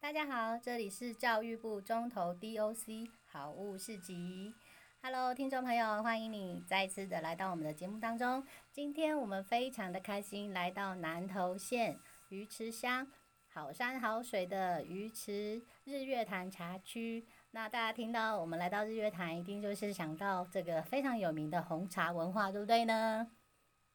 大家好，这里是教育部中投 DOC 好物市集。Hello，听众朋友，欢迎你再次的来到我们的节目当中。今天我们非常的开心，来到南投县鱼池乡好山好水的鱼池日月潭茶区。那大家听到我们来到日月潭，一定就是想到这个非常有名的红茶文化，对不对呢？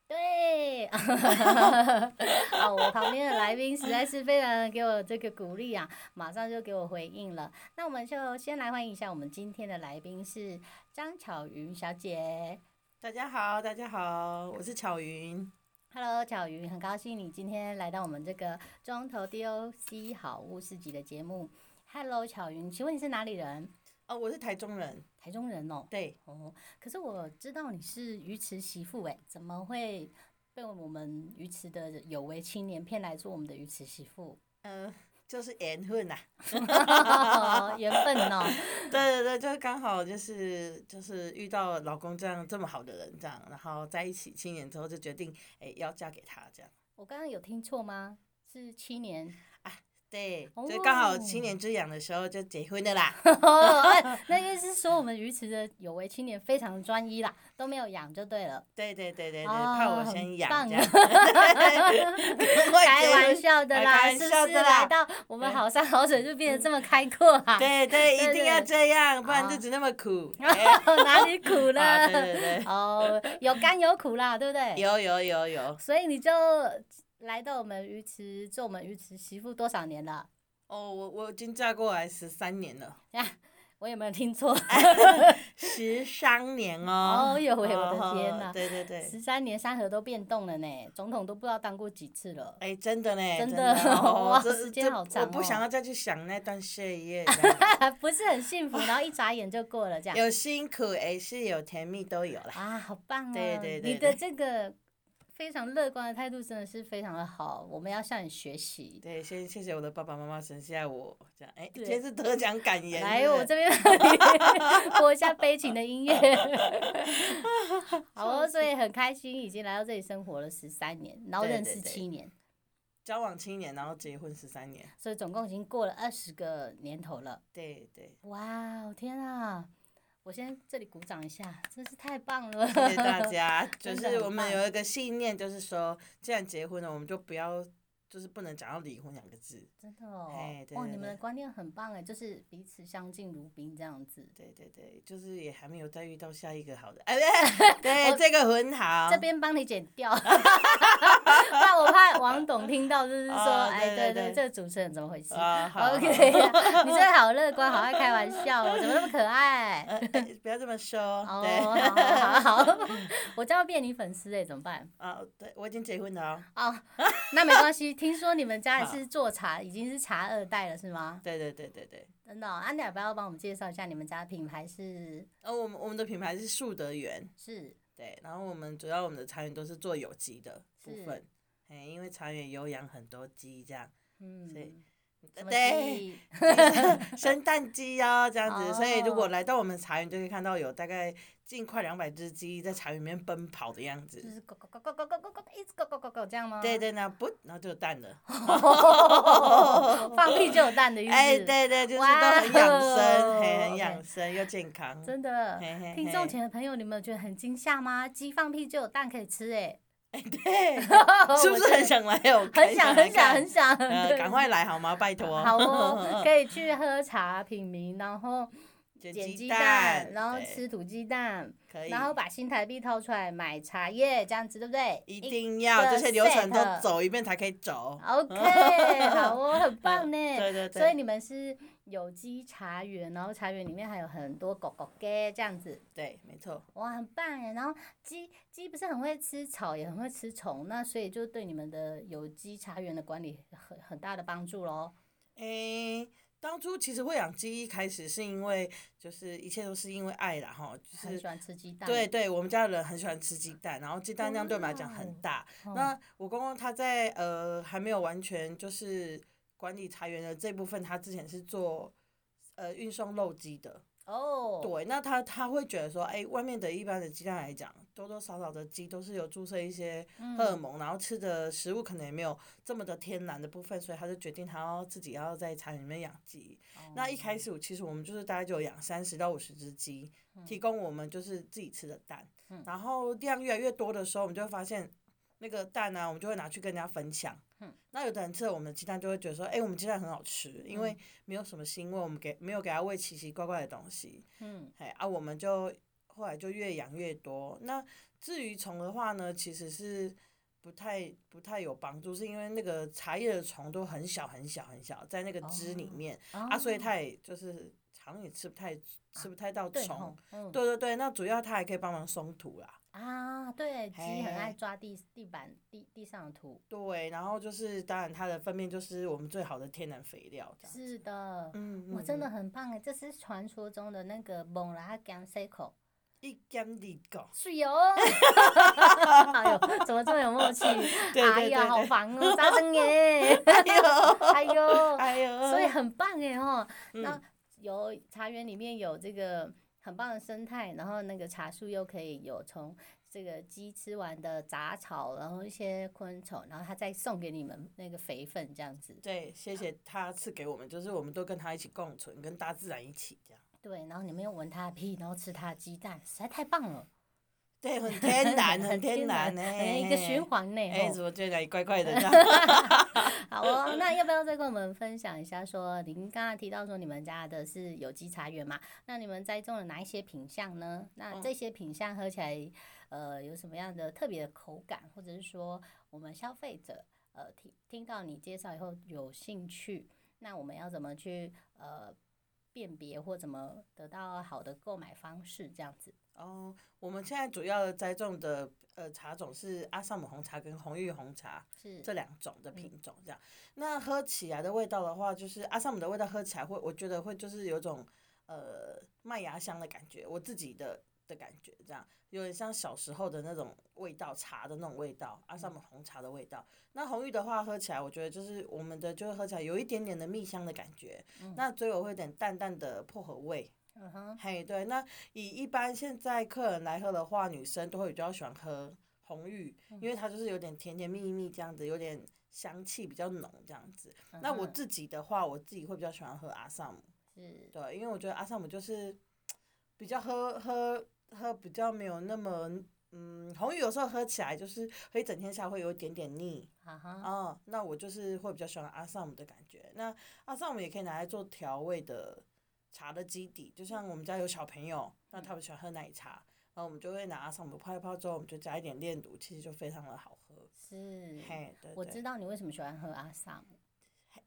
对， 啊，我旁边的来宾实在是非常地给我这个鼓励啊，马上就给我回应了。那我们就先来欢迎一下我们今天的来宾是张巧云小姐。大家好，大家好，我是巧云。 Hello，巧云，很高兴你今天来到我们这个中投 DOC 好物市集的节目。Hello，巧云，请问你是哪里人？哦，我是台中人。台中人哦。对，哦，可是我知道你是鱼池媳妇哎，怎么会被我们鱼池的有为青年骗来做我们的鱼池媳妇？ 嗯、就是缘分呐、缘分哦，对对对，就是刚好就是就是遇到老公这样这么好的人，这样，然后在一起七年之后就决定，哎、要嫁给他这样。我刚刚有听错吗？是七年对，哦就刚好七年之痒的时候就结婚的啦。 哦，哎那就是说我们鱼池的有为青年非常专一啦，都没有养就对了。对对对对对，哦怕我先痒很棒这样。开开玩笑的啦，开是不玩笑是的来啦。到我们好山好水就变得这么开阔啊？ 对对，对一定要对这样，不然哦就只那么苦。 哪里苦了？ 啊，对对对， 哦，有甘有苦啦，对不对？有有有有。所以你就来到我们鱼池做我们鱼池媳妇多少年了？ 哦，我我已经嫁过来十三年了。我有没有听错？哎十三年 哦！哦呦喂我的天哪哦对对对，十三年山河都变动了呢，总统都不知道当过几次了。 哎，真的呢，真的 哦哇这时间好这长哦我不想要再去想那段岁月，这 样不是很幸福，然后一眨眼就过了这样。有辛苦，哎，是有甜蜜都有啦。啊，好棒哦！对对对你的对这个非常乐观的态度真的是非常的好，我们要向你学习。对，先谢谢我的爸爸妈妈生下我，这样哎，对今天是得奖感言。来，是不我是 这边播一下悲情的音乐。好哦，所以很开心，已经来到这里生活了十三年，然后对认对识对七年，交往七年，然后结婚十三 年。所以总共已经过了二十个年头了。对对，哇哦，天啊！我先这里鼓掌一下，真是太棒了！谢谢大家。就真的是很我们棒有一个信念，就是说，既然结婚了，我们就不要，就是不能讲到离婚两个字。 真的哦哎，对哇，对你们对的观念很棒哎，就是彼此相敬如宾这样子。对对对，就是也还没有再遇到下一个好的， 哎，对我对，这个很好。这边帮你剪掉，那我怕王董听到，就是说，哦哎，对对对对，对这个主持人怎么回事？啊，好 OK，你 真的好乐观，好爱开玩笑哦，怎么那么可爱？呃哎不要这么说，哦，对，好好 好，我就要变你粉丝哎，怎么办？啊，对我已经结婚了哦，哦，那没关系。听说你们家里是做茶，已经是茶二代了，是吗？对对对对对，真的、哦，安娜，要不要帮我们介绍一下你们家的品牌是呃，我们我们的品牌是树德园，是对，然后我们主要我们的茶园都是做有机的部是分，哎，因为茶园有养很多鸡这样，对嗯，什么对，鸡？ 生蛋鸡哦这样子，所以如哦果来到我们茶园就可以看到有大概近快两百只鸡在茶园里面奔跑的样就子，是咕咕咕咕咕咕咕咕，一直咕咕咕咕这样吗？对，对，那不，然后就有蛋了。 放屁就有蛋的意思。哎，，对对，就是都哇很养哦生，嘿， OK 很养生又健康。真的。嘿嘿听嘿众前的朋友，你们有觉得很惊吓吗？鸡放屁就有蛋可以吃 哎、 对，欸，哦是不是很想来？哦我 很想很想很想想？来看，对呃，赶快来好吗？拜托。好 哦，可以去喝茶品茗，然后捡捡鸡鸡蛋，然后对吃土鸡蛋，可以，然后把新台币掏出来买茶叶，这样子对不对？一定要个这些流程都 set 走一遍才可以走。 OK，好哦，很棒呢。对对对，所以你们是有机茶园，然后茶园里面还有很多狗狗给这样子，对，没错，哇，很棒哎！然后鸡鸡不是很会吃草，也很会吃虫，那所以就对你们的有机茶园的管理很很大的帮助喽。诶。当初其实会养鸡，一开始是因为就是一切都是因为爱啦哈，就很是喜欢吃鸡蛋，对对，我们家的人很喜欢吃鸡蛋，然后鸡蛋量对我们来讲哇哦很大。哦，那我公公他在呃还没有完全就是管理裁员的这部分，他之前是做呃运送肉鸡的。哦，对，那他他会觉得说，哎、外面的一般的鸡蛋来讲，多多少少的鸡都是有注射一些荷尔蒙，然后吃的食物可能也没有这么的天然的部分，所以他就决定他要自己要在产里面养鸡。哦那一开始我其实我们就是大概就有养三十到五十只鸡，提供我们就是自己吃的蛋。然后量越来越多的时候，我们就会发现那个蛋呢、啊我们就会拿去跟人家分享。那有的人吃了我们的鸡蛋，就会觉得说，哎、我们鸡蛋很好吃，因为没有什么腥味，我们给没有给它喂奇奇怪怪的东西。嗯，哎啊，我们就后来就越养越多。那至于虫的话呢，其实是不太不太有帮助，是因为那个茶叶的虫都很小很小很小，在那个汁里面、哦啊，所以它也就是好像也吃不太吃不太到啊对虫。吼嗯对对对，那主要它还可以帮忙松土啦。啊，对，鸡很爱嘿抓地地板地地上的土，对，然后就是当然它的粪便就是我们最好的天然肥料，这样。是的，嗯，我嗯真的嗯很棒哎，这是传说中的那个猛拉甘塞口，一干地 狗。是哟，哎呦，怎么这么有默契？ 对哎对呀，对好对烦哦，扎针耶， 哎呦，哎呦，所以很棒哎哦，嗯那有茶园里面有这个很棒的生态，然后那个茶树又可以有从这个鸡吃完的杂草，然后一些昆虫，然后它再送给你们那个肥粪这样子。对，谢谢他赐给我们，就是我们都跟他一起共存，跟大自然一起这样。对，然后你们又闻它的屁，然后吃它的鸡蛋，实在太棒了，对，很 天然，很很天然呢、哎一个循。环呢。哎、哦怎么觉得哪里怪怪的？这样 好哦，那要不要再跟我们分享一下说您刚刚提到说你们家的是有机茶园嘛？那你们栽种了哪一些品相呢？那嗯这些品相喝起来，呃，有什么样的特别的口感，或者是说我们消费者呃听听到你介绍以后有兴趣，那我们要怎么去呃辨别或怎么得到好的购买方式这样子？哦，我们现在主要的栽种的呃茶种是阿萨姆红茶跟红玉红茶是这两种的品种，这样。那喝起来的味道的话，就是阿萨姆的味道喝起来会，我觉得会就是有种呃麦芽香的感觉，我自己的的感觉这样，有点像小时候的那种味道，茶的那种味道，阿萨姆红茶的味道。那红玉的话，喝起来我觉得就是我们的就会喝起来有一点点的蜜香的感觉，那嘴尾会有点淡淡的薄荷味。嗯哼，嘿，对，那以一般现在客人来喝的话，女生都会比较喜欢喝红玉，嗯因为它就是有点甜甜蜜蜜这样子，有点香气比较浓这样子。那嗯我哼自己的话，我自己会比较喜欢喝阿萨姆，是对，因为我觉得阿萨姆就是比较喝喝喝比较没有那么。嗯，红玉有时候喝起来就是喝一整天下会有一点点腻，啊哈，哦，那我就是会比较喜欢阿萨姆的感觉。那阿萨姆也可以拿来做调味的茶的基底，就像我们家有小朋友，那他们喜欢喝奶茶，然后我们就会拿阿萨姆泡一泡之后，我们就加一点炼乳，其实就非常的好喝。是。哦嘿，对嗯我知对，道你为什么喜欢喝阿萨姆。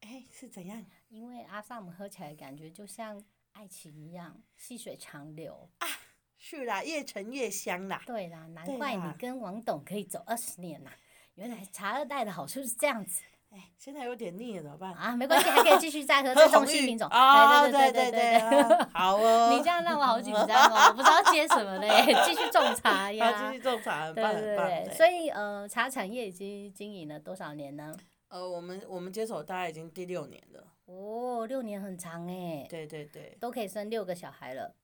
哎，是怎样因为阿萨姆喝起来感觉就像爱情一样，细水长流。是啦，越陈越香啦。对啦，难对怪你啦跟王董可以走二十年呐、原来茶二代的好处是这样子哎，现在有点腻了，怎么办？啊，没关系，还可以继续再 喝喝这种红新玉品种。哦，对对对对，对对。啊好 哦。你这样让我好紧张哦，我不知道接什么嘞，继续种茶好呀继。续种茶，很对棒对很棒。对，所以呃，茶产业已经经营了多少年呢？呃，我们我们接手大概已经第六年了。哦，六年很长哎，对对对，都可以生六个小孩了。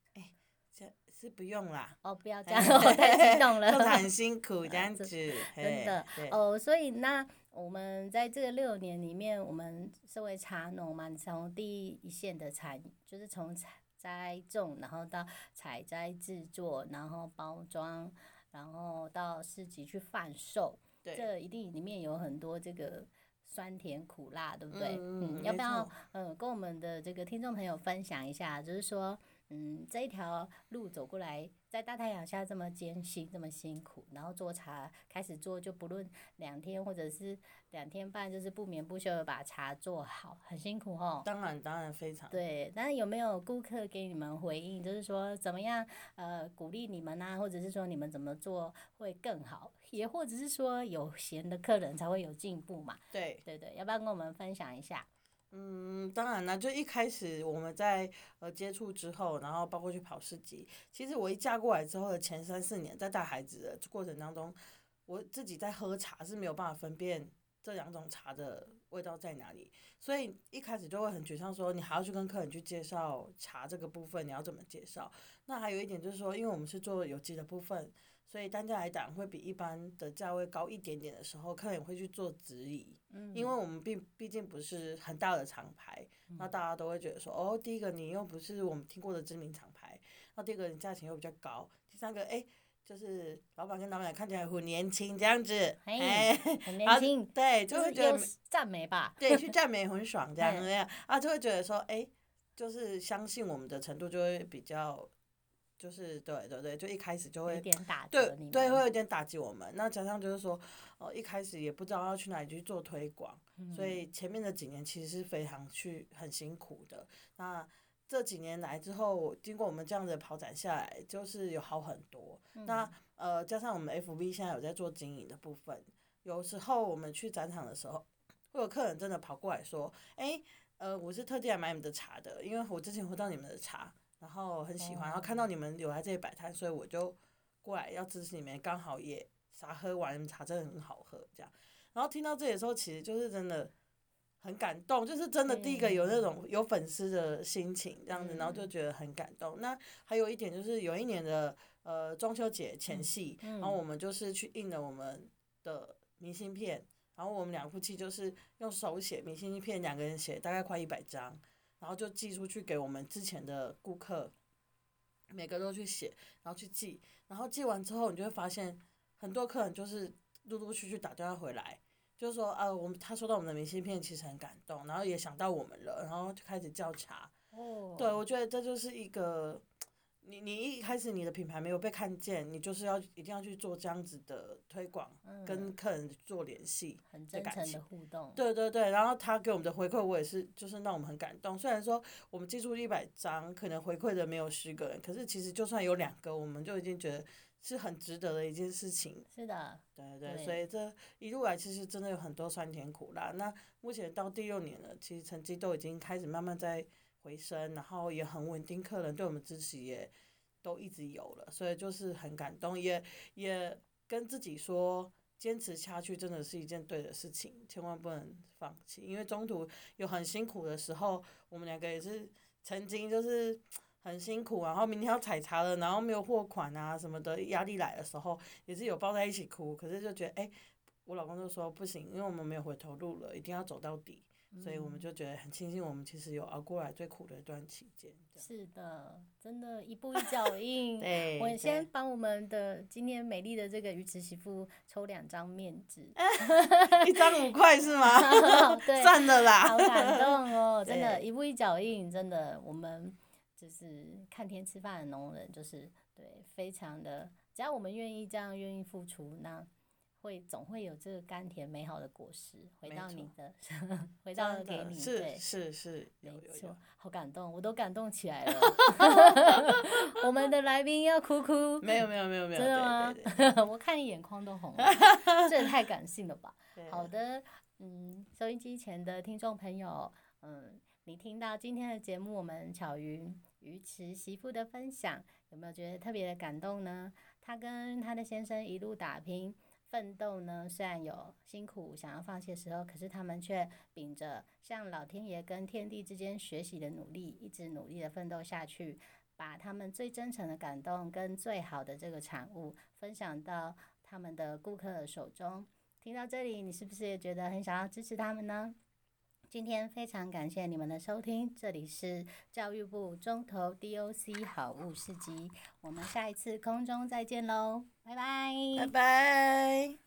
这是不用啦。哦，不要 这样，哎我太激动 了。做得很辛苦这样这 子，真真的哦，所以那我们在这个六年里面，我们身为茶农嘛，你从第一线的产，就是从采栽种，然后到采摘制作，然后包装，然后到市集去贩售，对这一定里面有很多这个酸甜苦辣，对不对？嗯嗯要没不要错呃跟我们的这个听众朋友分享一下，就是说。嗯，这一条路走过来，在大太阳下这么艰辛，这么辛苦，然后做茶开始做，就不论两天或者是两天半，就是不眠不休的把茶做好，很辛苦哦。当然当然非常。对，但是有没有顾客给你们回应，就是说怎么样呃鼓励你们呐、或者是说你们怎么做会更好，也或者是说有闲的客人才会有进步嘛？对，对对，要不要跟我们分享一下？嗯，当然啦，就一开始我们在呃接触之后，然后包括去跑市集，其实我一嫁过来之后的前三四年，在带孩子的过程当中，我自己在喝茶是没有办法分辨这两种茶的味道在哪里，所以一开始就会很沮丧，说你还要去跟客人去介绍茶这个部分，你要怎么介绍？那还有一点就是说，因为我们是做有机的部分，所以单价来讲会比一般的价位高一点点的时候，客人也会去做质疑，嗯，因为我们毕毕竟不是很大的厂牌，嗯那大家都会觉得说，哦，第一个你又不是我们听过的知名厂牌，那第二个你价钱又比较高，第三个哎，就是老板跟老板娘看起来很年轻这样子，嘿哎， 很然年后轻，对，就这会是觉又得是赞美吧？对，去赞美很爽，这 样嗯那样啊，就会觉得说，哎、就是相信我们的程度就会比较，就是对对对，就一开始就有一会点打对折，你对会们，有点打击我们。那加上就是说，哦、一开始也不知道要去哪里去做推广，嗯所以前面的几年其实是非常去很辛苦的。那这几年来之后，经过我们这样的跑展下来，就是有好很多。嗯那呃，加上我们 FB 现在有在做经营的部分，有时候我们去展场的时候，会有客人真的跑过来说：“哎、呃，我是特地来买你们的茶的，因为我之前喝到你们的茶，然后很喜欢，然后看到你们有来这里摆摊，所以我就过来要支持你们，刚好也茶喝完，你们茶真的很好喝，这样。”然后听到这里的时候，其实就是真的。很感动，就是真的第一个有那种有粉丝的心情这样子，然后就嗯觉得很感动。那还有一点就是有一年的呃中秋节前夕，嗯然后我们就是去印了我们的明信片，然后我们两夫妻就是用手写明信片，两个人写大概快一百张，然后就寄出去给我们之前的顾客，每个都去写，然后去寄，然后寄完之后，你就会发现很多客人就是陆陆续续打电话回来。就是说，呃，我们他收到我们的明信片，其实很感动，然后也想到我们了，然后就开始叫茶，哦，对，我觉得这就是一个，你你一开始你的品牌没有被看见，你就是要一定要去做这样子的推广，跟客人做联系。很真感诚的情互动，对对对，然后他给我们的回馈，我也是，就是让我们很感动。虽然说我们寄出一百张，可能回馈的没有十个人，可是其实就算有两个，我们就已经觉得是很值得的一件事情。是的，对对，对所以这一路来其实真的有很多酸甜苦辣。那目前到第六年了，其实成绩都已经开始慢慢在回升，然后也很稳定，客人对我们支持也都一直有了，所以就是很感动，也也跟自己说。坚持下去真的是一件对的事情，千万不能放弃。因为中途有很辛苦的时候，我们两个也是曾经就是很辛苦，然后明天要采茶了，然后没有货款啊什么的，压力来的时候，也是有抱在一起哭，可是就觉得哎、我老公就说不行，因为我们没有回头路了，一定要走到底，嗯所以我们就觉得很庆幸，我们其实有熬过来最苦的一段期间。这样是的，真的，一步一 脚印。对，嗯我对 先帮我们的今天美丽的这个鱼池媳妇抽两张面纸，一张五块是吗？ 对， 算了好啦，感 动哦，真的，对一步一脚印，真的，我们就是看天吃饭的农人，就是对，非常的，只要我们愿意这样，愿意付出，那会总会有这个甘甜美好的果实回没到你错的， 回到真给的你，是对，是是，有没有错有，，好感动，我都感动起 来了。 我们的来宾要哭哭，没有没有没有没有，真的吗对对 对我看你眼眶都红了，这也太感性了吧。对，好的，嗯，收音机前的听众朋友，嗯，你听到今天的节目，我们巧云鱼池媳妇的分享，有没有觉得特别的感动呢？她跟她的先生一路打拼奋斗呢，虽然有辛苦想要放弃的时候，可是他们却秉着向老天爷跟天地之间学习的努力，一直努力的奋斗下去。把他们最真诚的感动跟最好的这个产物分享到他们的顾客的手中，听到这里，你是不是也觉得很想要支持他们呢？今天非常感谢你们的收听，这里是教育部中投 DOC 好物市集，我们下一次空中再见喽，拜拜拜拜。